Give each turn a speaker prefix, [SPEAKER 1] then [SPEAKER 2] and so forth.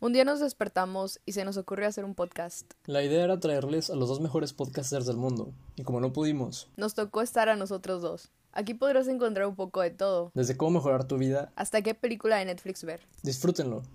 [SPEAKER 1] Un día nos despertamos y se nos ocurrió hacer un podcast.
[SPEAKER 2] La idea era traerles a los dos mejores podcasters del mundo, y como no pudimos,
[SPEAKER 1] Nos tocó estar a nosotros dos. Aquí podrás encontrar un poco de todo,
[SPEAKER 2] desde cómo mejorar tu vida,
[SPEAKER 1] hasta qué película de Netflix ver.
[SPEAKER 2] disfrútenlo.